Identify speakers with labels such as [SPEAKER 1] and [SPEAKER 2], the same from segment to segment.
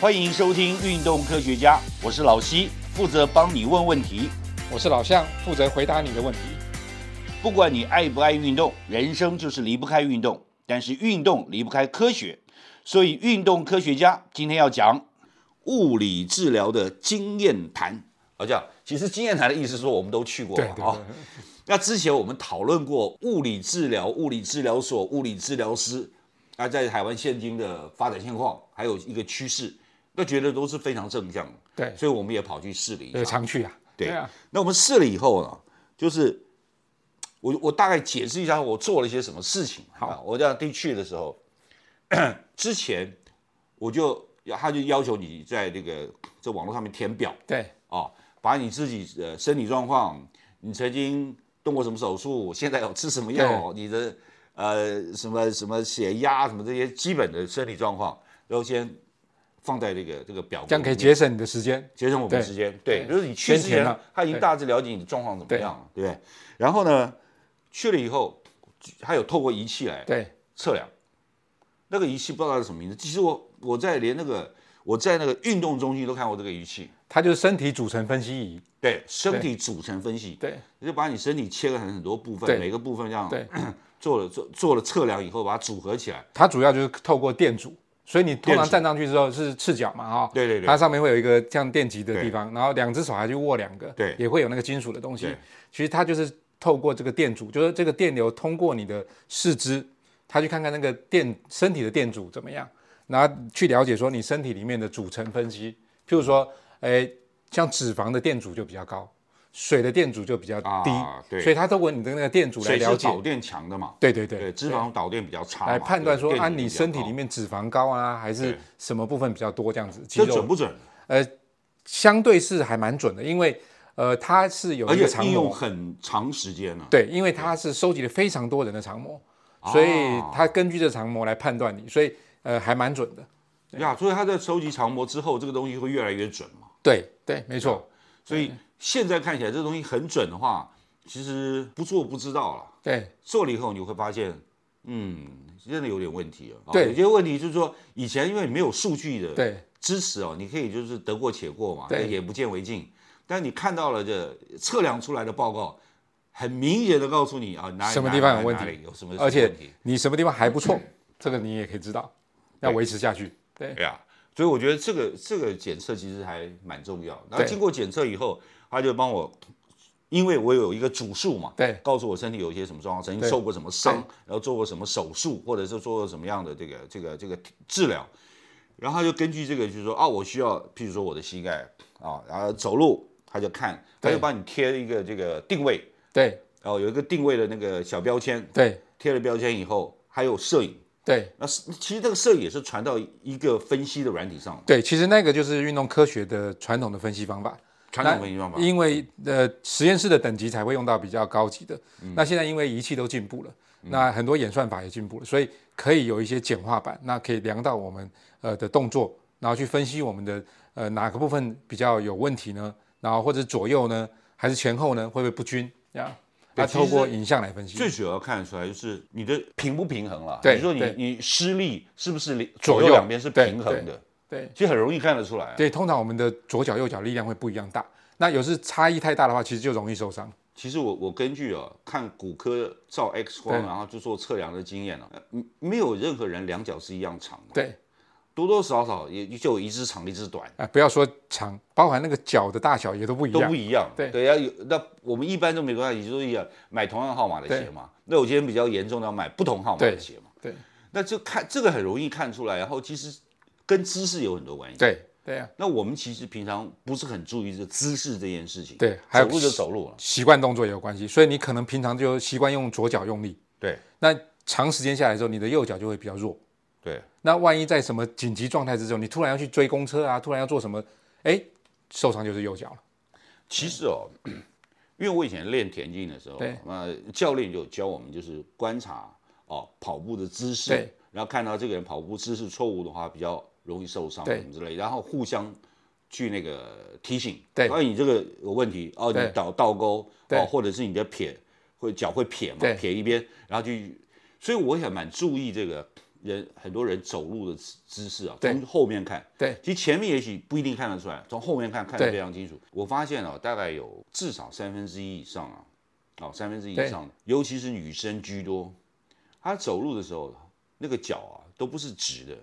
[SPEAKER 1] 欢迎收听《运动科学家》，我是老西，负责帮你问问题。
[SPEAKER 2] 我是老向，负责回答你的问题。
[SPEAKER 1] 不管你爱不爱运动，人生就是离不开运动，但是运动离不开科学，所以运动科学家今天要讲物理治疗的经验谈。老将，其实经验谈的意思是说我们都去过
[SPEAKER 2] 对
[SPEAKER 1] 嘛
[SPEAKER 2] 对
[SPEAKER 1] 哦
[SPEAKER 2] 对，
[SPEAKER 1] 那之前我们讨论过物理治疗、物理治疗所、物理治疗师，那在台湾现今的发展现况，还有一个趋势，那觉得都是非常正向的。
[SPEAKER 2] 对
[SPEAKER 1] 所以我们也跑去试了一
[SPEAKER 2] 对，
[SPEAKER 1] 下。
[SPEAKER 2] 常去啊。
[SPEAKER 1] 对
[SPEAKER 2] 啊，
[SPEAKER 1] 那我们试了以后呢，就是我我大概解释一下我做了些什么事情。
[SPEAKER 2] 好
[SPEAKER 1] 啊，我这样地去的时候， 之前我就他就要求你在这个这网络上面填表
[SPEAKER 2] 对
[SPEAKER 1] 啊，把你自己呃身体状况，你曾经动过什么手术，现在有吃什么药，你的呃什么什么血压什么这些基本的身体状况，然后先放在这个这个表格
[SPEAKER 2] 这样可以
[SPEAKER 1] 里面
[SPEAKER 2] 节省你的时间。
[SPEAKER 1] 节省我们
[SPEAKER 2] 对
[SPEAKER 1] 时间。对，
[SPEAKER 2] 对
[SPEAKER 1] 就是你去之
[SPEAKER 2] 先填
[SPEAKER 1] 前
[SPEAKER 2] 了，
[SPEAKER 1] 他已经
[SPEAKER 2] 对
[SPEAKER 1] 大致了解你的状况怎么样了，对不对？然后呢，去了以后，他有透过仪器来
[SPEAKER 2] 对
[SPEAKER 1] 测量，那个仪器不知道它是什么名字。其实我我在连那个我在那个运动中心都看过这个仪器，
[SPEAKER 2] 它就是身体组成分析仪。
[SPEAKER 1] 对，身体组成分析，
[SPEAKER 2] 对
[SPEAKER 1] 就把你身体切了很很多部
[SPEAKER 2] 对
[SPEAKER 1] 分，每个部分这样
[SPEAKER 2] 对，
[SPEAKER 1] 做了做做了测量以后，把它组合起来。
[SPEAKER 2] 它主要就是透过电阻，所以你通
[SPEAKER 1] 电
[SPEAKER 2] 常
[SPEAKER 1] 阻
[SPEAKER 2] 站上去之后是赤脚嘛，哈。
[SPEAKER 1] 对对对
[SPEAKER 2] 它上面会有一个像电极的
[SPEAKER 1] 对
[SPEAKER 2] 地方，然后两只手还去握两个，
[SPEAKER 1] 对
[SPEAKER 2] 也会有那个金属的东西
[SPEAKER 1] 对。
[SPEAKER 2] 其实它就是透过这个电阻，就是这个电流通过你的四肢，它去看看那个电身体的电阻怎么样，然后去了解说你身体里面的组成分析，譬如说，
[SPEAKER 1] 嗯
[SPEAKER 2] 诶，像脂肪的电阻就比较高，水的电阻就比较低，
[SPEAKER 1] 啊对
[SPEAKER 2] 所以它透过你的那个电阻来
[SPEAKER 1] 水
[SPEAKER 2] 了
[SPEAKER 1] 是
[SPEAKER 2] 解
[SPEAKER 1] 导，电强的嘛？
[SPEAKER 2] 对对对
[SPEAKER 1] 对，脂肪导电比较差嘛，
[SPEAKER 2] 来判断说
[SPEAKER 1] 对
[SPEAKER 2] 啊，
[SPEAKER 1] 电
[SPEAKER 2] 你
[SPEAKER 1] 比较
[SPEAKER 2] 身体
[SPEAKER 1] 高
[SPEAKER 2] 里面脂肪高啊，还是
[SPEAKER 1] 对
[SPEAKER 2] 什么部分比较多这样子？肌
[SPEAKER 1] 这准
[SPEAKER 2] 肉
[SPEAKER 1] 不准？
[SPEAKER 2] 相对是还蛮准的，因为呃，它是有
[SPEAKER 1] 而
[SPEAKER 2] 一个
[SPEAKER 1] 且
[SPEAKER 2] 长
[SPEAKER 1] 应用
[SPEAKER 2] 模，
[SPEAKER 1] 很长时间呢、
[SPEAKER 2] 对，因为它是收集了非常多人的长模，所以
[SPEAKER 1] 哦
[SPEAKER 2] 它根据这长模来判断你，所以呃还蛮准的。
[SPEAKER 1] 呀，所以他在收集长模之后，这个东西会越来越准嘛。
[SPEAKER 2] 对对，没错，
[SPEAKER 1] 所以现在看起来这东西很准的话，其实不做不知道了，
[SPEAKER 2] 对
[SPEAKER 1] 做了以后你会发现，嗯，真的有点问题啊。
[SPEAKER 2] 对
[SPEAKER 1] 有些问题就是说以前因为没有数据的
[SPEAKER 2] 对
[SPEAKER 1] 支持哦，你可以就是得过且过嘛，
[SPEAKER 2] 对
[SPEAKER 1] 也不见为净。但你看到了这测量出来的报告，很明显的告诉你啊，哪里
[SPEAKER 2] 什么地方
[SPEAKER 1] 哪里
[SPEAKER 2] 有问
[SPEAKER 1] 哪
[SPEAKER 2] 题
[SPEAKER 1] 里有什么
[SPEAKER 2] 而
[SPEAKER 1] 什
[SPEAKER 2] 且
[SPEAKER 1] 么问题
[SPEAKER 2] 你什么地方还不 错，这个你也可以知道，要维持下去。对
[SPEAKER 1] 对啊，所以我觉得这个这个检测其实还蛮重要。然后
[SPEAKER 2] 对
[SPEAKER 1] 经过检测以后，他就帮我，因为我有一个主数嘛，
[SPEAKER 2] 对
[SPEAKER 1] 告诉我身体有一些什么状况，曾经
[SPEAKER 2] 对
[SPEAKER 1] 受过什么伤
[SPEAKER 2] 对，
[SPEAKER 1] 然后做过什么手术，或者是做过什么样的这个这个这个治疗。然后他就根据这个，就是说啊，我需要，譬如说我的膝盖啊，然后走路，他就看，他
[SPEAKER 2] 对
[SPEAKER 1] 就帮你贴一个这个定位，
[SPEAKER 2] 对
[SPEAKER 1] 然后有一个定位的那个小标签，
[SPEAKER 2] 对
[SPEAKER 1] 贴了标签以后，还有摄影，
[SPEAKER 2] 对
[SPEAKER 1] 那是其实这个摄影也是传到一个分析的软体上，
[SPEAKER 2] 对，其实那个就是运动科学的传统的分析方法。
[SPEAKER 1] 传统分析方法。
[SPEAKER 2] 因为呃实验室的等级才会用到比较高级的。
[SPEAKER 1] 嗯
[SPEAKER 2] 那现在因为仪器都进步了，那很多演算法也进步了，所以可以有一些简化版，那可以量到我们呃的动作，然后去分析我们的呃哪个部分比较有问题呢？然后或者左右呢，还是前后呢？会不会不均？这样，
[SPEAKER 1] 对
[SPEAKER 2] 那
[SPEAKER 1] 其实
[SPEAKER 2] 透过影像来分析。
[SPEAKER 1] 最主要看得出来就是你的平不平衡了。
[SPEAKER 2] 对
[SPEAKER 1] 你说你
[SPEAKER 2] 对
[SPEAKER 1] 你施力是不是
[SPEAKER 2] 左右
[SPEAKER 1] 左右两边是平衡的？
[SPEAKER 2] 对
[SPEAKER 1] 其实很容易看得出来啊。
[SPEAKER 2] 对，通常我们的左脚右脚力量会不一样大。那有时差异太大的话，其实就容易受伤。
[SPEAKER 1] 其实我我根据啊看骨科照 X 光，
[SPEAKER 2] 对
[SPEAKER 1] 然后就做测量的经验啊，呃没有任何人两脚是一样长的，
[SPEAKER 2] 对
[SPEAKER 1] 多多少少也就有一只长一只短，
[SPEAKER 2] 啊、不要说长，包含那个脚的大小也都不一
[SPEAKER 1] 都
[SPEAKER 2] 样
[SPEAKER 1] 不。一样。
[SPEAKER 2] 对
[SPEAKER 1] 对啊，有那我们一般都没关系，也就是一样买同样号码的鞋嘛。那我今天比较严重的要买不同号码的
[SPEAKER 2] 对
[SPEAKER 1] 鞋嘛。
[SPEAKER 2] 对
[SPEAKER 1] 那就看这个很容易看出来，然后其实跟姿势有很多关系。
[SPEAKER 2] 对对啊。
[SPEAKER 1] 那我们其实平常不是很注意这姿势这件事情，
[SPEAKER 2] 对还有
[SPEAKER 1] 走路就走路了，
[SPEAKER 2] 习惯动作也有关系，所以你可能平常就习惯用左脚用力，
[SPEAKER 1] 对
[SPEAKER 2] 那长时间下来之后，你的右脚就会比较弱。
[SPEAKER 1] 对
[SPEAKER 2] 那万一在什么紧急状态之中，你突然要去追公车啊，突然要做什么，哎，受伤就是右脚了。
[SPEAKER 1] 其实哦，因为我以前练田径的时候
[SPEAKER 2] 对，
[SPEAKER 1] 那教练就教我们就是观察哦跑步的姿势
[SPEAKER 2] 对，
[SPEAKER 1] 然后看到这个人跑步姿势错误的话，比较容易受伤
[SPEAKER 2] 对
[SPEAKER 1] 什么之类，然后互相。去那个提醒，
[SPEAKER 2] 对
[SPEAKER 1] 哎，你这个有问题哦，你
[SPEAKER 2] 对
[SPEAKER 1] 倒倒钩
[SPEAKER 2] 对
[SPEAKER 1] 哦，或者是你的撇会脚会撇嘛
[SPEAKER 2] 对，
[SPEAKER 1] 撇一边，然后就，所以我也蛮注意这个人很多人走路的姿姿势啊，
[SPEAKER 2] 对
[SPEAKER 1] 从后面看，
[SPEAKER 2] 对，
[SPEAKER 1] 其实前面也许不一定看得出来，从后面看看得
[SPEAKER 2] 对
[SPEAKER 1] 非常清楚。我发现啊，大概有至少三分之一以上啊，哦，三分之一以
[SPEAKER 2] 对
[SPEAKER 1] 上的，尤其是女生居多，她走路的时候那个脚啊都不是直的，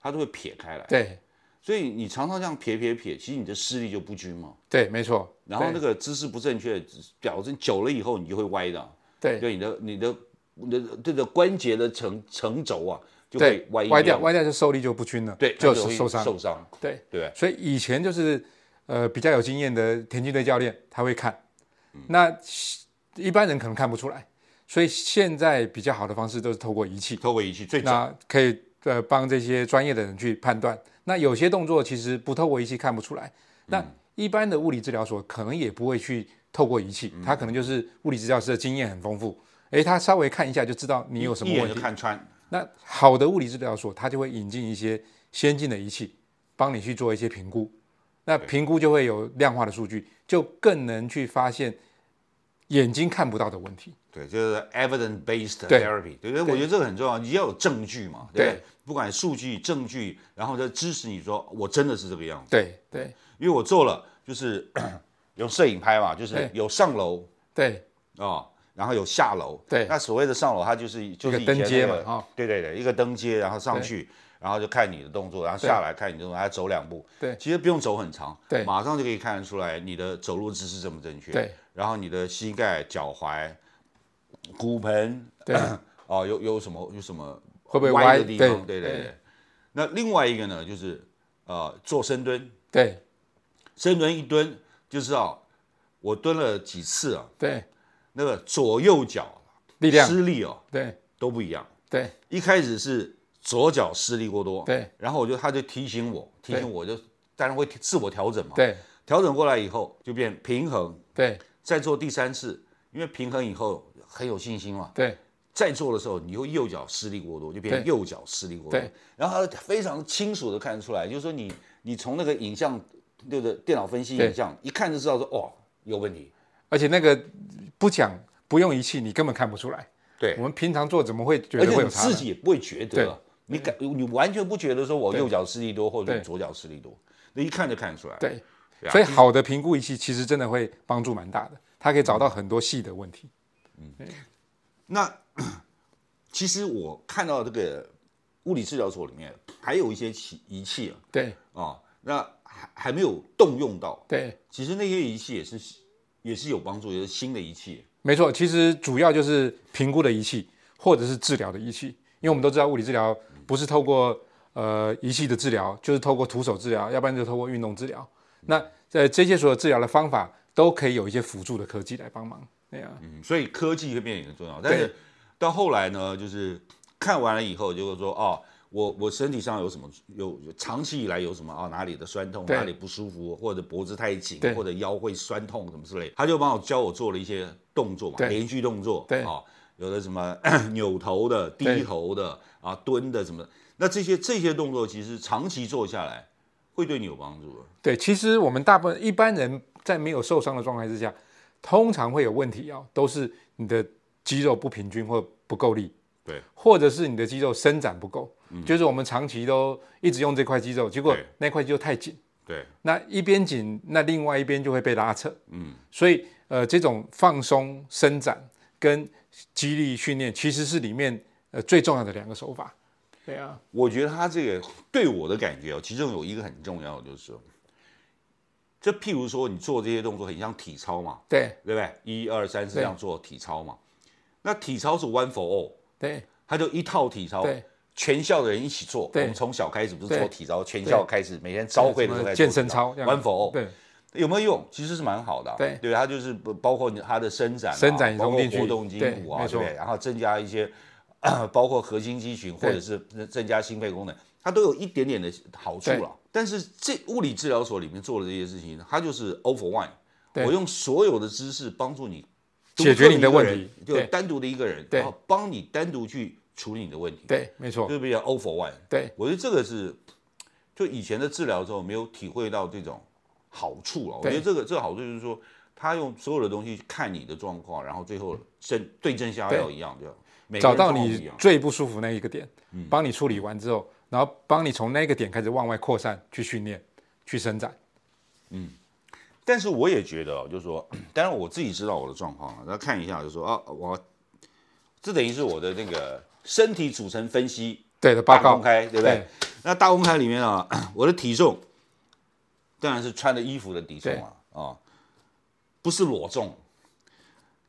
[SPEAKER 1] 她都会撇开来，
[SPEAKER 2] 对
[SPEAKER 1] 所以你常常这样撇撇撇，其实你的视力就不均嘛。
[SPEAKER 2] 对，没错。
[SPEAKER 1] 然后
[SPEAKER 2] 对
[SPEAKER 1] 那个姿势不正确，矫正久了以后，你就会歪的啊，
[SPEAKER 2] 对
[SPEAKER 1] 对你的你的你的这个关节的成成轴啊，就会
[SPEAKER 2] 对
[SPEAKER 1] 歪
[SPEAKER 2] 歪掉，
[SPEAKER 1] 掉，
[SPEAKER 2] 歪掉就受力就不均了，
[SPEAKER 1] 对，
[SPEAKER 2] 就
[SPEAKER 1] 它
[SPEAKER 2] 是
[SPEAKER 1] 会
[SPEAKER 2] 受伤。
[SPEAKER 1] 受伤，
[SPEAKER 2] 对
[SPEAKER 1] 对
[SPEAKER 2] 所以以前就是呃比较有经验的田径队教练他会看，
[SPEAKER 1] 嗯
[SPEAKER 2] 那一般人可能看不出来，所以现在比较好的方式都是透过仪器，
[SPEAKER 1] 透过仪器最准，
[SPEAKER 2] 那可以呃帮这些专业的人去判断。那有些动作其实不透过仪器看不出来，那一般的物理治疗所可能也不会去透过仪器，他可能就是物理治疗师的经验很丰富，诶，他稍微看一下就知道你有什么
[SPEAKER 1] 一眼
[SPEAKER 2] 问
[SPEAKER 1] 就
[SPEAKER 2] 题。
[SPEAKER 1] 看穿。
[SPEAKER 2] 那好的物理治疗所，它就会引进一些先进的仪器，帮你去做一些评估。那评估就会有量化的数据，就更能去发现眼睛看不到的问题。
[SPEAKER 1] 对，就是 evidence based
[SPEAKER 2] 对
[SPEAKER 1] therapy，对不对？我觉得这个很重要，你要有证据嘛，对不对
[SPEAKER 2] 对？
[SPEAKER 1] 不管数据、证据，然后再支持你说我真的是这个样子，
[SPEAKER 2] 对对
[SPEAKER 1] 因为我做了，就是 用摄影拍嘛，就是
[SPEAKER 2] 对
[SPEAKER 1] 有上楼
[SPEAKER 2] 对
[SPEAKER 1] 啊、然后有下楼，
[SPEAKER 2] 对
[SPEAKER 1] 那所谓的上楼，它就是就是以前
[SPEAKER 2] 登阶
[SPEAKER 1] 那
[SPEAKER 2] 嘛哦
[SPEAKER 1] 个
[SPEAKER 2] 哈
[SPEAKER 1] 对对对，一个登阶，然后上去，然后就看你的动作，然后下来看你的动作，还要走两步，
[SPEAKER 2] 对
[SPEAKER 1] 其实不用走很长，
[SPEAKER 2] 对
[SPEAKER 1] 马上就可以看得出来你的走路姿势正不正确，
[SPEAKER 2] 对，
[SPEAKER 1] 然后你的膝盖、脚踝、骨盆，
[SPEAKER 2] 对
[SPEAKER 1] 哦，有有什么有什么
[SPEAKER 2] 会不会
[SPEAKER 1] 歪的
[SPEAKER 2] 歪
[SPEAKER 1] 地方？对
[SPEAKER 2] 对
[SPEAKER 1] 对
[SPEAKER 2] 对
[SPEAKER 1] 对。那另外一个呢，就是呃，做深蹲，
[SPEAKER 2] 对
[SPEAKER 1] 深蹲一蹲就知道我蹲了几次啊，
[SPEAKER 2] 对，
[SPEAKER 1] 那个左右脚
[SPEAKER 2] 力量
[SPEAKER 1] 施力哦
[SPEAKER 2] 对
[SPEAKER 1] 都不一样。
[SPEAKER 2] 对
[SPEAKER 1] 一开始是左脚施力过多，
[SPEAKER 2] 对
[SPEAKER 1] 然后我就他就提醒我，提醒我就当然会自我调整嘛，
[SPEAKER 2] 对
[SPEAKER 1] 调整过来以后就变平衡，
[SPEAKER 2] 对
[SPEAKER 1] 再做第三次，因为平衡以后很有信心嘛，
[SPEAKER 2] 对
[SPEAKER 1] 再做的时候，你又右脚施力过多，就变成
[SPEAKER 2] 对
[SPEAKER 1] 右脚施力过多
[SPEAKER 2] 对。
[SPEAKER 1] 然后他非常清楚的看得出来，就是说你你从那个影像，对不对？电脑分析
[SPEAKER 2] 对
[SPEAKER 1] 影像一看就知道说，哦，有问题。
[SPEAKER 2] 而且那个不讲不用仪器，你根本看不出来。
[SPEAKER 1] 对
[SPEAKER 2] 我们平常做怎么会觉
[SPEAKER 1] 而
[SPEAKER 2] 得
[SPEAKER 1] 且
[SPEAKER 2] 会
[SPEAKER 1] 你
[SPEAKER 2] 有差
[SPEAKER 1] 自
[SPEAKER 2] 呢？
[SPEAKER 1] 己也不会觉
[SPEAKER 2] 对
[SPEAKER 1] 得，你感你完全不觉得说我
[SPEAKER 2] 对
[SPEAKER 1] 右脚施力多，或者
[SPEAKER 2] 对
[SPEAKER 1] 我左脚施力多，那一看就看得出来。
[SPEAKER 2] 对
[SPEAKER 1] 对啊，
[SPEAKER 2] 所以好的评估仪器其实真的会帮助蛮大的，它可以找到很多细的问题。
[SPEAKER 1] 那其实我看到这个物理治疗所里面还有一些器仪器
[SPEAKER 2] 对
[SPEAKER 1] 啊，啊，那还还没有动用到。
[SPEAKER 2] 对。
[SPEAKER 1] 其实那些仪器也是也是有帮助，也是新的仪器。
[SPEAKER 2] 没错，其实主要就是评估的仪器或者是治疗的仪器，因为我们都知道物理治疗不是透过呃仪器的治疗，就是透过徒手治疗，要不然就透过运动治疗。那呃这些所有治疗的方法都可以有一些辅助的科技来帮忙。对啊，
[SPEAKER 1] 嗯，所以科技会变得很重要。但是
[SPEAKER 2] 对
[SPEAKER 1] 到后来呢，就是看完了以后，就是说哦，我我身体上有什么有有长期以来有什么哦哪里的酸痛，
[SPEAKER 2] 对
[SPEAKER 1] 哪里不舒服，或者脖子太紧
[SPEAKER 2] 对，
[SPEAKER 1] 或者腰会酸痛什么之类的，他就帮我教我做了一些动作嘛，
[SPEAKER 2] 对
[SPEAKER 1] 连续动作，
[SPEAKER 2] 对
[SPEAKER 1] 哦，有的什么 扭头的、
[SPEAKER 2] 对
[SPEAKER 1] 低头的啊、蹲的什么的，那这些这些动作其实长期做下来会对你有帮助的。
[SPEAKER 2] 对，其实我们大部分一般人在没有受伤的状态之下，通常会有问题啊，都是你的肌肉不平均或不够力，
[SPEAKER 1] 对，嗯
[SPEAKER 2] 或者是你的肌肉伸展不够，就是我们长期都一直用这块肌肉，结果
[SPEAKER 1] 对
[SPEAKER 2] 那块肌肉太紧。
[SPEAKER 1] 对，
[SPEAKER 2] 那一边紧，那另外一边就会被拉扯。嗯，所以呃，这种放松、伸展跟肌力训练其实是里面呃最重要的两个手法。对啊，
[SPEAKER 1] 我觉得他这个对我的感觉哦，其中有一个很重要的就是，这譬如说你做这些动作很像体操嘛，
[SPEAKER 2] 对
[SPEAKER 1] 对不对？一二三四这样做体操嘛，那体操是 one for all，
[SPEAKER 2] 对
[SPEAKER 1] 它就一套体操，
[SPEAKER 2] 对
[SPEAKER 1] 全校的人一起做。我
[SPEAKER 2] 对
[SPEAKER 1] 们从小开始不是
[SPEAKER 2] 对
[SPEAKER 1] 做体操，全校开始每天朝会的时候
[SPEAKER 2] 什
[SPEAKER 1] 在
[SPEAKER 2] 么
[SPEAKER 1] 做
[SPEAKER 2] 健身操
[SPEAKER 1] 体，one for all，
[SPEAKER 2] 对
[SPEAKER 1] 有没有用？其实是蛮好的啊、
[SPEAKER 2] 对
[SPEAKER 1] 对，它就是不包括你它的伸展啊、
[SPEAKER 2] 伸展也
[SPEAKER 1] 包括
[SPEAKER 2] 融进去
[SPEAKER 1] 活动筋骨啊，
[SPEAKER 2] 对没
[SPEAKER 1] 对
[SPEAKER 2] 错
[SPEAKER 1] 不对？然后增加一些， 呃包括核心肌群或
[SPEAKER 2] 对
[SPEAKER 1] 者是增加心肺功能，它都有一点点的好处
[SPEAKER 2] 对
[SPEAKER 1] 了。但是这物理治疗所里面做的这些事情，它就是 all for one，
[SPEAKER 2] 对
[SPEAKER 1] 我用所有的知识帮助你
[SPEAKER 2] 解决你的问题
[SPEAKER 1] 独特的一个人
[SPEAKER 2] 对
[SPEAKER 1] 就单独的一个人，
[SPEAKER 2] 对
[SPEAKER 1] 然后帮你单独去处理你的问题，
[SPEAKER 2] 对，没错，
[SPEAKER 1] 就比较 all for one。
[SPEAKER 2] 哦对
[SPEAKER 1] 我觉得这个是，就以前的治疗之后没有体会到这种好处啊了。我觉
[SPEAKER 2] 对
[SPEAKER 1] 得这个这个好处就是说，他用所有的东西去看你的状况，然后最后针对症下药
[SPEAKER 2] 对
[SPEAKER 1] 一样，这样每个
[SPEAKER 2] 找
[SPEAKER 1] 人
[SPEAKER 2] 到
[SPEAKER 1] 状况不一
[SPEAKER 2] 你
[SPEAKER 1] 样
[SPEAKER 2] 最不舒服那一个点，
[SPEAKER 1] 嗯
[SPEAKER 2] 帮你处理完之后，然后帮你从那个点开始往外扩散，去训练，去伸展。
[SPEAKER 1] 但是我也觉得哦，就是说，当然我自己知道我的状况了，然后看一下就说啊，我这等于是我的那个身体组成分析
[SPEAKER 2] 对的，报
[SPEAKER 1] 大公
[SPEAKER 2] 告。
[SPEAKER 1] 开，对不对？
[SPEAKER 2] 对
[SPEAKER 1] 那大公开里面啊， 我的体重当然是穿的衣服的体重啊，啊、不是裸重，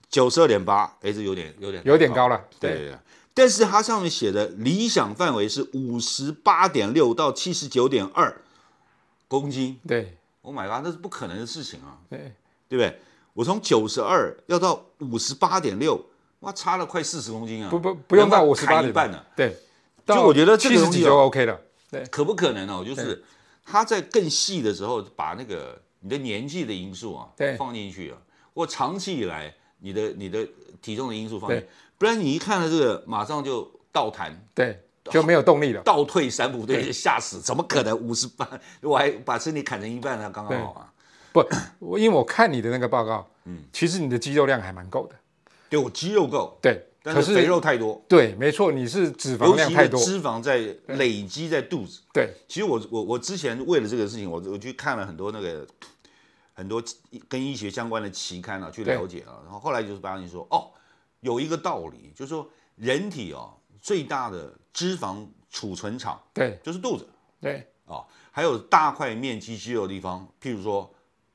[SPEAKER 1] 九十二点八，哎，这有点有点
[SPEAKER 2] 有点高了，
[SPEAKER 1] 对对对。但是它上面写的理想范围是五十八点六到七十九点二公斤
[SPEAKER 2] 对
[SPEAKER 1] ，Oh my god，那是不可能的事情啊！
[SPEAKER 2] 对，
[SPEAKER 1] 对不对？我从九十二要到五十八点六，哇，差了快四十公斤啊！
[SPEAKER 2] 不不不用到
[SPEAKER 1] 难
[SPEAKER 2] 五
[SPEAKER 1] 怪
[SPEAKER 2] 十八
[SPEAKER 1] 砍
[SPEAKER 2] 点
[SPEAKER 1] 一半啊呢、
[SPEAKER 2] 对，
[SPEAKER 1] 就我觉得这
[SPEAKER 2] 七
[SPEAKER 1] 个
[SPEAKER 2] 十
[SPEAKER 1] 东西
[SPEAKER 2] 几就
[SPEAKER 1] 哦
[SPEAKER 2] OK 了。对
[SPEAKER 1] 可不可能哦？就是他在更细的时候，把那个你的年纪的因素啊，
[SPEAKER 2] 对
[SPEAKER 1] 放进去啊，或长期以来你的你的体重的因素放进去
[SPEAKER 2] 对，
[SPEAKER 1] 不然你一看到这个，马上就倒弹。
[SPEAKER 2] 对，就没有动力了。
[SPEAKER 1] 倒退三步对，吓死！怎么可能五十八？我还把身体砍成一半呢，刚刚好啊！
[SPEAKER 2] 不， 我因为我看你的那个报告，嗯，其实你的肌肉量还蛮够的。
[SPEAKER 1] 对我肌肉够，
[SPEAKER 2] 对，
[SPEAKER 1] 但
[SPEAKER 2] 可
[SPEAKER 1] 是肥肉太多，
[SPEAKER 2] 对，没错，你是脂肪
[SPEAKER 1] 尤
[SPEAKER 2] 量
[SPEAKER 1] 其
[SPEAKER 2] 太
[SPEAKER 1] 是
[SPEAKER 2] 多。
[SPEAKER 1] 脂肪在累积在肚子。
[SPEAKER 2] 对
[SPEAKER 1] 其实我我我之前为了这个事情，我我去看了很多那个很多跟医学相关的期刊啊，去了解啊，然后后来就是发现说，哦，有一个道理，就是说人体哦最大的脂肪储存场
[SPEAKER 2] 对
[SPEAKER 1] 就是肚子
[SPEAKER 2] 对
[SPEAKER 1] 啊、还有大块面积肌肉的地方，譬如说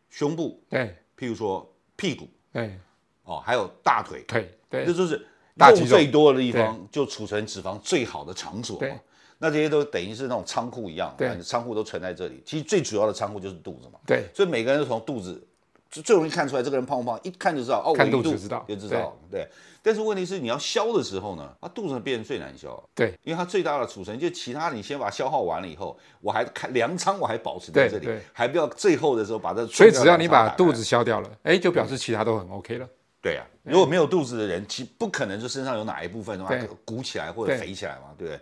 [SPEAKER 1] 胸部，
[SPEAKER 2] 对
[SPEAKER 1] 譬如说屁股
[SPEAKER 2] 对
[SPEAKER 1] 哦，还有大腿，
[SPEAKER 2] 对对
[SPEAKER 1] 这就是
[SPEAKER 2] 大肌
[SPEAKER 1] 肉
[SPEAKER 2] 肉
[SPEAKER 1] 最多的地方，就储存脂肪最好的场所嘛
[SPEAKER 2] 对。
[SPEAKER 1] 那这些都等于是那种仓库一样，
[SPEAKER 2] 对
[SPEAKER 1] 啊你仓库都存在这里。其实最主要的仓库就是肚子嘛，
[SPEAKER 2] 对
[SPEAKER 1] 所以每个人都从肚子最最容易看出来这个人胖不胖，一看就知道。哦，
[SPEAKER 2] 看
[SPEAKER 1] 我一
[SPEAKER 2] 肚子
[SPEAKER 1] 肚
[SPEAKER 2] 就知道
[SPEAKER 1] 就知道。对，但是问题是你要消的时候呢，啊，肚子变成最难消。
[SPEAKER 2] 对，
[SPEAKER 1] 因为它最大的储存就其他你先把它消耗完了以后，我还看粮仓我还保持在这
[SPEAKER 2] 对
[SPEAKER 1] 里
[SPEAKER 2] 对，
[SPEAKER 1] 还不要最后的时候把这。
[SPEAKER 2] 所以只要你把肚子消掉了，哎，就
[SPEAKER 1] 嗯
[SPEAKER 2] 表示其他都很 OK 了。
[SPEAKER 1] 对啊，如果没有肚子的人，其不可能就身上有哪一部分的话
[SPEAKER 2] 对
[SPEAKER 1] 鼓起来或者
[SPEAKER 2] 对
[SPEAKER 1] 肥起来嘛，对不对？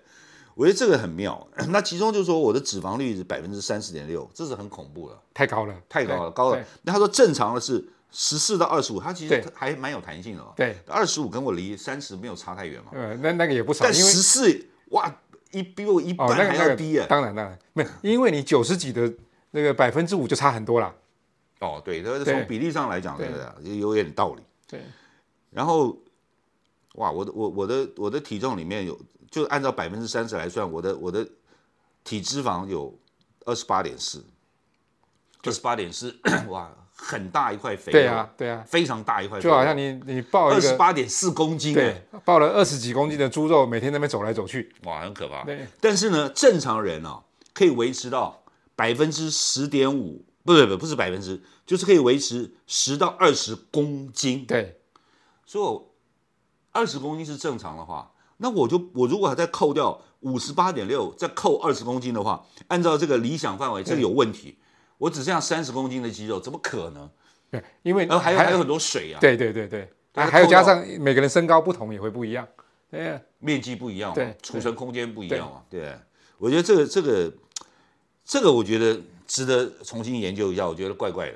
[SPEAKER 1] 我觉得这个很妙。 那其中就是说我的脂肪率是百分之三十点六，这是很恐怖了，
[SPEAKER 2] 太高了，
[SPEAKER 1] 太高了，高了
[SPEAKER 2] 对。
[SPEAKER 1] 那他说正常的是十四到二十五，它其实
[SPEAKER 2] 对
[SPEAKER 1] 还蛮有弹性的哦。
[SPEAKER 2] 对，
[SPEAKER 1] 二十五跟我离三十没有差太远嘛，
[SPEAKER 2] 呃，那那个也不少，
[SPEAKER 1] 但
[SPEAKER 2] 因为
[SPEAKER 1] 十四哇，一比我一半
[SPEAKER 2] 哦，那个
[SPEAKER 1] 还
[SPEAKER 2] 那
[SPEAKER 1] 要
[SPEAKER 2] 个
[SPEAKER 1] 低耶。
[SPEAKER 2] 当然当然，没有，因为你九十几的那个百分之五就差很多啦。
[SPEAKER 1] 哦，对，它
[SPEAKER 2] 对
[SPEAKER 1] 从比例上来讲，这
[SPEAKER 2] 对
[SPEAKER 1] 个就有点道理。
[SPEAKER 2] 对
[SPEAKER 1] 然后，哇，我的我我的我的体重里面有，就按照百分之三十来算，我的我的体脂肪有二十八点四，二十八点四，哇，很大一块肥肉，
[SPEAKER 2] 对啊对啊，
[SPEAKER 1] 非常大一块肥肉，
[SPEAKER 2] 就好像你你抱
[SPEAKER 1] 二
[SPEAKER 2] 一
[SPEAKER 1] 十
[SPEAKER 2] 个
[SPEAKER 1] 八点四公斤，哎
[SPEAKER 2] 对，抱了二十几公斤的猪肉，每天在那边走来走去。
[SPEAKER 1] 哇，很可怕。
[SPEAKER 2] 对
[SPEAKER 1] 但是呢，正常人哦，可以维持到百分之十点五，不不不，不是百分之，就是可以维持十到二十公斤。
[SPEAKER 2] 对
[SPEAKER 1] 所以二十公斤是正常的话，那我就我如果还再扣掉五十八点六，再扣二十公斤的话，按照这个理想范围，这个有问题。我只剩下三十公斤的肌肉，怎么可能？
[SPEAKER 2] 对，因为
[SPEAKER 1] 然后还有还有很多水啊，
[SPEAKER 2] 呃对对对对，
[SPEAKER 1] 它
[SPEAKER 2] 啊还有
[SPEAKER 1] 扣到
[SPEAKER 2] 加上每个人身高不同也会不一样。对啊，
[SPEAKER 1] 面积不一样嘛
[SPEAKER 2] 对，
[SPEAKER 1] 储存空间不一样嘛，对。我觉得这个这个这个，我觉得值得重新研究一下，我觉得怪怪的。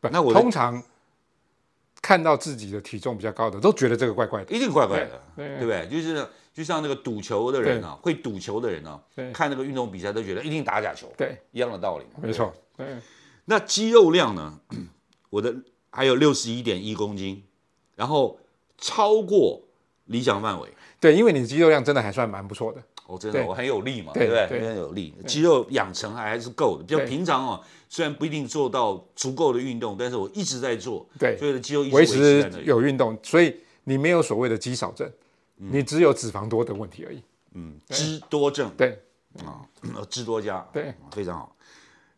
[SPEAKER 2] 不，
[SPEAKER 1] 那我的
[SPEAKER 2] 通常看到自己的体重比较高的，都觉得这个怪怪的。
[SPEAKER 1] 一定怪怪的，
[SPEAKER 2] 对
[SPEAKER 1] 对不对？就是就像那个赌球的人啊，会赌球的人啊
[SPEAKER 2] 对，
[SPEAKER 1] 看那个运动比赛都觉得一定打假球，
[SPEAKER 2] 对，
[SPEAKER 1] 一样的道理嘛。
[SPEAKER 2] 没错。对
[SPEAKER 1] 那肌肉量呢？ 我的还有六十一点一公斤，然后超过理想范围。
[SPEAKER 2] 对，因为你的肌肉量真的还算蛮不错的。
[SPEAKER 1] 哦，真的，
[SPEAKER 2] 对
[SPEAKER 1] 我很有力嘛，对
[SPEAKER 2] 对
[SPEAKER 1] 不对？
[SPEAKER 2] 对
[SPEAKER 1] 很有力，肌肉养成还还是够的。比较
[SPEAKER 2] 对
[SPEAKER 1] 平常哦，虽然不一定做到足够的运动，但是我一直在做，
[SPEAKER 2] 对
[SPEAKER 1] 所以我的肌肉一直
[SPEAKER 2] 维
[SPEAKER 1] 维持在
[SPEAKER 2] 持
[SPEAKER 1] 那里。
[SPEAKER 2] 有运动，所以你没有所谓的肌少症，
[SPEAKER 1] 嗯
[SPEAKER 2] 你只有脂肪多的问题而已。
[SPEAKER 1] 脂多症
[SPEAKER 2] 对
[SPEAKER 1] 啊，脂多加，哦
[SPEAKER 2] 对，
[SPEAKER 1] 非常好。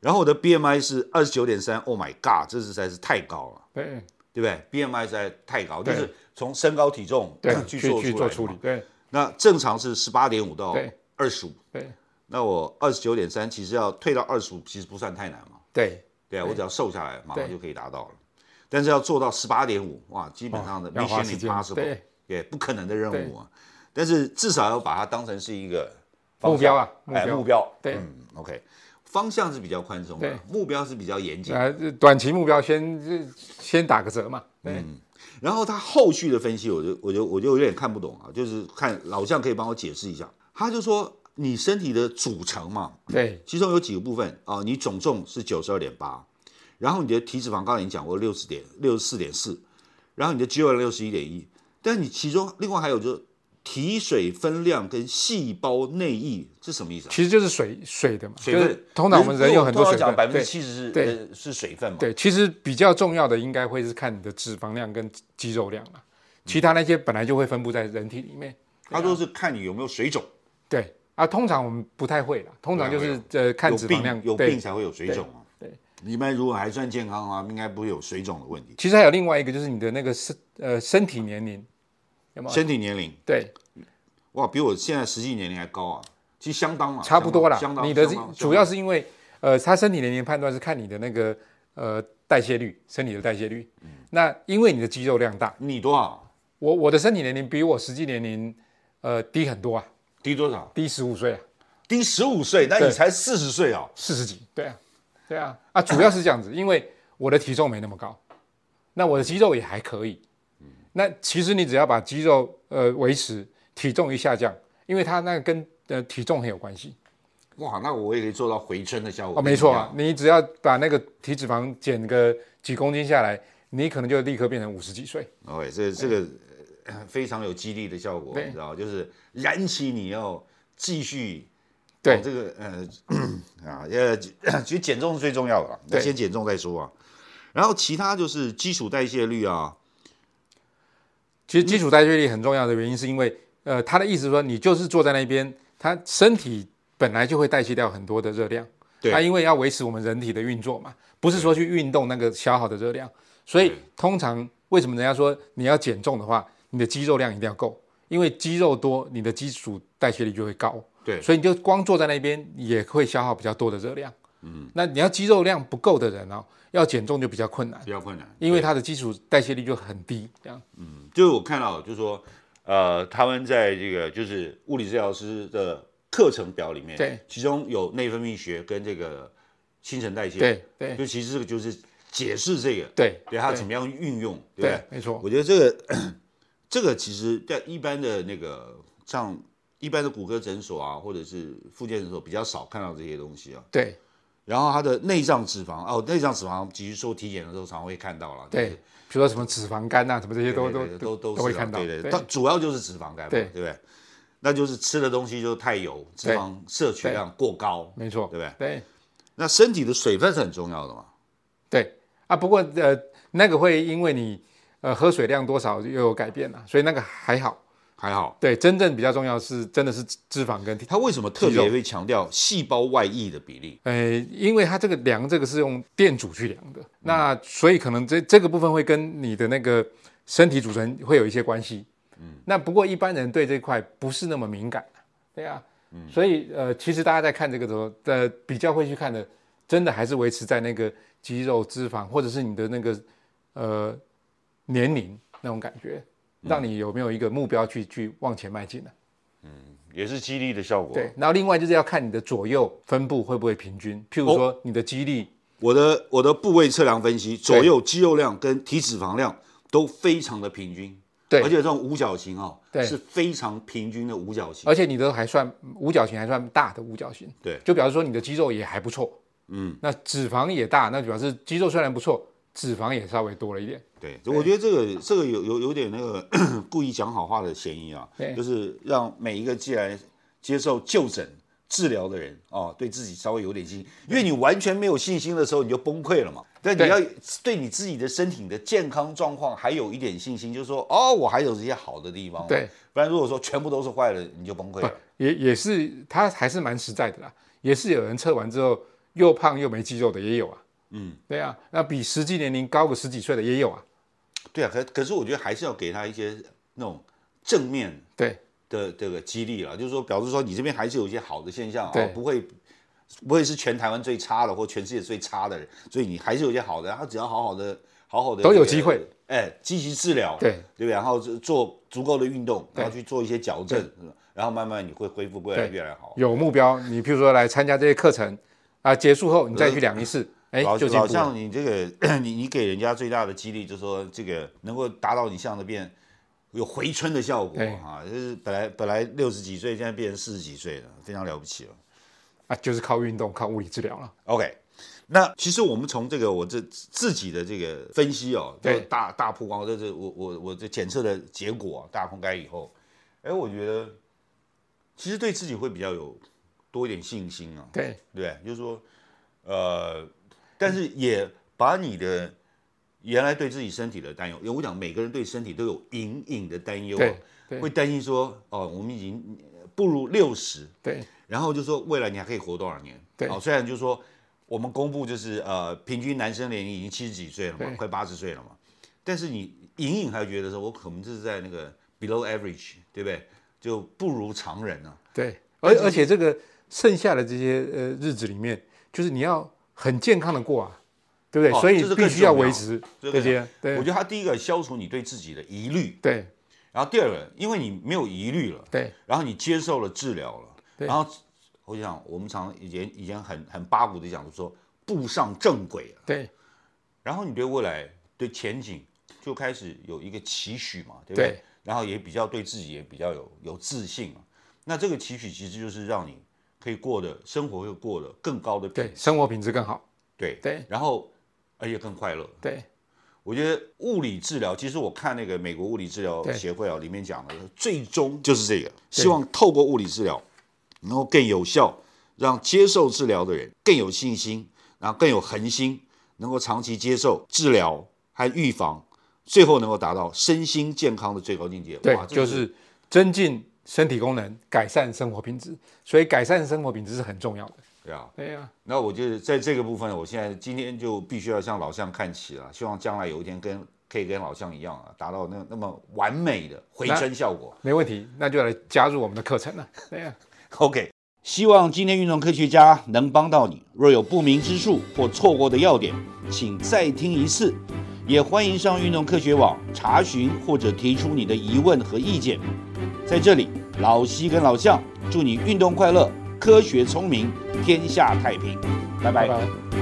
[SPEAKER 1] 然后我的 BMI 是二十九点三，Oh my God，这实在是太高了，
[SPEAKER 2] 对
[SPEAKER 1] 对不对？BMI 实在太高，就
[SPEAKER 2] 对
[SPEAKER 1] 是从身高体重
[SPEAKER 2] 对，
[SPEAKER 1] 去
[SPEAKER 2] 去
[SPEAKER 1] 做
[SPEAKER 2] 去
[SPEAKER 1] 出
[SPEAKER 2] 做
[SPEAKER 1] 来的
[SPEAKER 2] 处
[SPEAKER 1] 嘛
[SPEAKER 2] 理。。对
[SPEAKER 1] 那正常是十八点五到
[SPEAKER 2] 对
[SPEAKER 1] 二十五，
[SPEAKER 2] 对
[SPEAKER 1] 那我二十九点三，其实要退到二十五，其实不算太难嘛。
[SPEAKER 2] 对，
[SPEAKER 1] 对啊，我只要瘦下来，马上
[SPEAKER 2] 对
[SPEAKER 1] 就可以达到了。但是要做到十八点五，哇，基本上的
[SPEAKER 2] 哦要花
[SPEAKER 1] mission
[SPEAKER 2] 时间。
[SPEAKER 1] impossible，
[SPEAKER 2] 对，
[SPEAKER 1] 也不可能的任务啊。但是至少要把它当成是一个
[SPEAKER 2] 目标啊，目
[SPEAKER 1] 方向哎，目
[SPEAKER 2] 标。
[SPEAKER 1] 标。
[SPEAKER 2] 对
[SPEAKER 1] 嗯，OK，方向是比较宽松的
[SPEAKER 2] 对，
[SPEAKER 1] 目标是比较严谨的。
[SPEAKER 2] 啊，短期目标先先打个折嘛。对
[SPEAKER 1] 然后他后续的分析，我就我就我就有点看不懂啊，就是看老将可以帮我解释一下。他就说你身体的组成嘛，
[SPEAKER 2] 对，
[SPEAKER 1] 其中有几个部分啊、你总重是九十二点八，然后你的体脂肪刚才已经讲过六十点六十四点四，然后你的肌肉量六十一点一，但你其中另外还有就是体水分量跟细胞内溢，这什么意思啊？
[SPEAKER 2] 其实就是水水的嘛，
[SPEAKER 1] 水
[SPEAKER 2] 就
[SPEAKER 1] 分
[SPEAKER 2] 是，通常我们人有很多水
[SPEAKER 1] 通常讲，
[SPEAKER 2] 分
[SPEAKER 1] 百分
[SPEAKER 2] 对
[SPEAKER 1] 之七十是
[SPEAKER 2] 对
[SPEAKER 1] 呃是水分嘛，
[SPEAKER 2] 对，其实比较重要的应该会是看你的脂肪量跟肌肉量了，其他那些本来就会分布在人体里面。
[SPEAKER 1] 他说是看你有没有水肿，
[SPEAKER 2] 对啊，通常我们不太会啦，通常就是呃看
[SPEAKER 1] 哦有
[SPEAKER 2] 脂肪量
[SPEAKER 1] 病有
[SPEAKER 2] 对
[SPEAKER 1] 病才会有水肿啊。对，你们如果还算健康啊，应该不会有水肿的问题。
[SPEAKER 2] 其实还有另外一个就是你的那个身呃身体年龄，有没有？
[SPEAKER 1] 身体年龄
[SPEAKER 2] 对，
[SPEAKER 1] 哇，比我现在实际年龄还高啊，其实相当啊，
[SPEAKER 2] 差不多啦
[SPEAKER 1] 相。当。
[SPEAKER 2] 你的
[SPEAKER 1] 相当
[SPEAKER 2] 主要是因为呃，他身体年龄判断是看你的那个呃代谢率，身体的代谢率。
[SPEAKER 1] 嗯
[SPEAKER 2] 那因为你的肌肉量大，
[SPEAKER 1] 你多少？
[SPEAKER 2] 我我的身体年龄比我实际年龄呃低很多啊，
[SPEAKER 1] 低多少？
[SPEAKER 2] 低十五岁啊，
[SPEAKER 1] 低十五岁，那你才四十岁哦。
[SPEAKER 2] 四十几。对啊，对啊，啊，主要是这样子，因为我的体重没那么高，那我的肌肉也还可以。那其实你只要把肌肉呃维持，体重一下降，因为它那个跟呃体重很有关系。
[SPEAKER 1] 哇，那我也可以做到回春的效果。
[SPEAKER 2] 哦，没错啊，你只要把那个体脂肪减个几公斤下来，你可能就立刻变成五十几岁。
[SPEAKER 1] OK，这哦这个呃非常有激励的效果，
[SPEAKER 2] 对
[SPEAKER 1] 你知道，就是燃起你要继续。
[SPEAKER 2] 对
[SPEAKER 1] 哦这个呃 啊，呃，其实减重是最重要的啦，啊那
[SPEAKER 2] 对
[SPEAKER 1] 先减重再说啊。然后其他就是基础代谢率啊，
[SPEAKER 2] 其实基础代谢率很重要的原因，是因为呃，他的意思说你就是坐在那边，他身体本来就会代谢掉很多的热量，
[SPEAKER 1] 对
[SPEAKER 2] 它因为要维持我们人体的运作嘛，不是说去运动那个消耗的热量，所以通常为什么人家说你要减重的话，你的肌肉量一定要够，因为肌肉多，你的基础代谢率就会高，
[SPEAKER 1] 对
[SPEAKER 2] 所以你就光坐在那边也会消耗比较多的热量，嗯，那你要肌肉量不够的人哦，要减重就比较困难，
[SPEAKER 1] 比较困难，
[SPEAKER 2] 因为它的基础代谢率就很低，这样。
[SPEAKER 1] 就是我看到，就是说，呃，他们在这个就是物理治疗师的课程表里面，
[SPEAKER 2] 对，
[SPEAKER 1] 其中有内分泌学跟这个新陈代谢，，
[SPEAKER 2] 对对
[SPEAKER 1] 就其实这个就是解释这个，
[SPEAKER 2] 对
[SPEAKER 1] 对它怎么样运用，对不
[SPEAKER 2] 对
[SPEAKER 1] 对？，
[SPEAKER 2] 没错，
[SPEAKER 1] 我觉得这个 这个其实在一般的那个像一般的骨科诊所啊，或者是复健诊所比较少看到这些东西啊。
[SPEAKER 2] 对
[SPEAKER 1] 然后它的内脏脂肪哦，内脏脂肪其实做体检的时候常会看到了，就是
[SPEAKER 2] 对，比如说什么脂肪肝啊，什么这些都
[SPEAKER 1] 对
[SPEAKER 2] 都
[SPEAKER 1] 对对都
[SPEAKER 2] 都
[SPEAKER 1] 是
[SPEAKER 2] 会
[SPEAKER 1] 啊
[SPEAKER 2] 看到，
[SPEAKER 1] 对对，它主要就是脂肪肝嘛，对
[SPEAKER 2] 对
[SPEAKER 1] 不对？那就是吃的东西就太油，脂
[SPEAKER 2] 对
[SPEAKER 1] 肪摄取量过高。
[SPEAKER 2] 没错，
[SPEAKER 1] 对不对
[SPEAKER 2] 对
[SPEAKER 1] 那身体的水分是很重要的嘛？
[SPEAKER 2] 对啊，不过呃，那个会因为你呃喝水量多少又有改变啊了，所以那个还好。
[SPEAKER 1] 还好，
[SPEAKER 2] 对，真正比较重要是真的是脂脂肪跟体，
[SPEAKER 1] 它为什么特
[SPEAKER 2] 肌
[SPEAKER 1] 别
[SPEAKER 2] 肉
[SPEAKER 1] 会强调细胞外溢的比例？
[SPEAKER 2] 呃，因为它这个量这个是用电阻去量的，那所以可能这这个部分会跟你的那个身体组成会有一些关系。嗯，那不过一般人对这块不是那么敏感，对啊，所以呃，其实大家在看这个的时候，呃，比较会去看的，真的还是维持在那个肌肉、脂肪，或者是你的那个呃年龄那种感觉，让你有没有一个目标去去往前迈进呢、啊
[SPEAKER 1] 也是激励的效果。
[SPEAKER 2] 对，然后另外就是要看你的左右分布会不会平均，譬如说你的肌力。
[SPEAKER 1] 我的我的部位测量分析，左右肌肉量跟体脂肪量都非常的平均。
[SPEAKER 2] 对
[SPEAKER 1] 而且这种五角形哦，
[SPEAKER 2] 对
[SPEAKER 1] 是非常平均的五角形。
[SPEAKER 2] 而且你的还算五角形，还算大的五角形，
[SPEAKER 1] 对
[SPEAKER 2] 就表示说你的肌肉也还不错，嗯，那脂肪也大，那就表示肌肉虽然不错，脂肪也稍微多了一点，
[SPEAKER 1] 对，我觉得这个这个有有有点那个 故意讲好话的嫌疑啊，
[SPEAKER 2] 对
[SPEAKER 1] 就是让每一个既然接受就诊治疗的人啊，对自己稍微有点信心，因为你完全没有信心的时候，你就崩溃了嘛。但你
[SPEAKER 2] 对
[SPEAKER 1] 要对你自己的身体的健康状况还有一点信心，就是说哦，我还有这些好的地方。
[SPEAKER 2] 对，
[SPEAKER 1] 不然如果说全部都是坏的，你就崩溃了。
[SPEAKER 2] 也也是它还是蛮实在的啦，也是有人测完之后又胖又没肌肉的也有啊，嗯，对啊，那比实际年龄高个十几岁的也有啊，
[SPEAKER 1] 对啊，可可是我觉得还是要给他一些那种正面
[SPEAKER 2] 对
[SPEAKER 1] 的这个激励了，就是说表示说你这边还是有一些好的现象啊、
[SPEAKER 2] 对
[SPEAKER 1] 不会不会是全台湾最差的或全世界最差的人，所以你还是有一些好的，啊他只要好好的好好的、
[SPEAKER 2] 都有机会，
[SPEAKER 1] 哎，积极治疗，
[SPEAKER 2] 对
[SPEAKER 1] 对不对？然后做足够的运动，
[SPEAKER 2] 对
[SPEAKER 1] 然后去做一些矫正，是吧然后慢慢你会恢复过来
[SPEAKER 2] 对
[SPEAKER 1] 越来越好。
[SPEAKER 2] 有目标，你譬如说来参加这些课程啊，结束后你再去量一次，哎
[SPEAKER 1] 老
[SPEAKER 2] 就进
[SPEAKER 1] 老
[SPEAKER 2] 步了。
[SPEAKER 1] 像你这个，你你给人家最大的激励，就是说这个能够达到你像的变有回春的效果
[SPEAKER 2] 哎
[SPEAKER 1] 啊，就是本来本来六十几岁，现在变成四十几岁了，非常了不起了。
[SPEAKER 2] 啊，就是靠运动，靠物理治疗了。
[SPEAKER 1] OK，那其实我们从这个我这自己的这个分析哦，
[SPEAKER 2] 对
[SPEAKER 1] 这个大大曝光，这是我我我这检测的结果、大公开以后，哎，我觉得其实对自己会比较有多一点信心啊，
[SPEAKER 2] 对，
[SPEAKER 1] 对不对，就是说，呃，但是也把你的原来对自己身体的担忧，因为我讲每个人对身体都有隐隐的担忧、啊
[SPEAKER 2] 对，对
[SPEAKER 1] 会担心说，哦，我们已经步入六十，
[SPEAKER 2] 对，
[SPEAKER 1] 然后就说未来你还可以活多少年？
[SPEAKER 2] 对
[SPEAKER 1] 哦，虽然就说我们公布就是呃，平均男生年龄已经七十几岁了嘛
[SPEAKER 2] 对，
[SPEAKER 1] 快八十岁了嘛，但是你隐隐还觉得说，我可能就是在那个 below average，对不对？就不如常人啊。
[SPEAKER 2] 对，而而且这个剩下的这些呃日子里面，就是你要很健康的过啊，对不对？
[SPEAKER 1] 哦
[SPEAKER 2] 所以
[SPEAKER 1] 这是更
[SPEAKER 2] 必须要
[SPEAKER 1] 重要
[SPEAKER 2] 维持
[SPEAKER 1] 这
[SPEAKER 2] 这
[SPEAKER 1] 个
[SPEAKER 2] 些，
[SPEAKER 1] 我
[SPEAKER 2] 对
[SPEAKER 1] 觉得他第一个消除你对自己的疑虑，
[SPEAKER 2] 对
[SPEAKER 1] 然后第二个，因为你没有疑虑了，
[SPEAKER 2] 对
[SPEAKER 1] 然后你接受了治疗了，
[SPEAKER 2] 对
[SPEAKER 1] 然后我想我们常以前以前很很八股的讲说步上正轨了。
[SPEAKER 2] 对
[SPEAKER 1] 然后你对未来、对前景就开始有一个期许嘛，对不
[SPEAKER 2] 对
[SPEAKER 1] 然后也比较对自己也比较有有自信嘛。那这个期许其实就是让你可以过的生活会过得更高的品
[SPEAKER 2] 对，生活品质更好，
[SPEAKER 1] 对
[SPEAKER 2] 对
[SPEAKER 1] 然后而且更快乐。
[SPEAKER 2] 对
[SPEAKER 1] 我觉得物理治疗，其实我看那个美国物理治疗
[SPEAKER 2] 对
[SPEAKER 1] 协会啊，里面讲的最终就是这个，希望透过物理治疗能够更有效，让接受治疗的人更有信心，然后更有恒心，能够长期接受治疗和预防，最后能够达到身心健康的最高境界。
[SPEAKER 2] 对
[SPEAKER 1] 哇，这
[SPEAKER 2] 就是增进身体功能，改善生活品质，所以改善生活品质是很重要的。
[SPEAKER 1] 对啊。
[SPEAKER 2] 对呀、
[SPEAKER 1] 那我觉得在这个部分，我现在今天就必须要向老向看齐了，希望将来有一天跟可以跟老向一样啊，达到那那么完美的回春效果。
[SPEAKER 2] 没问题，那就来加入我们的课程了。对呀、
[SPEAKER 1] OK，希望今天运动科学家能帮到你。若有不明之处或错过的要点，请再听一次。也欢迎上运动科学网查询或者提出你的疑问和意见。在这里，老西跟老向祝你运动快乐，科学聪明，天下太平。拜拜
[SPEAKER 2] 拜拜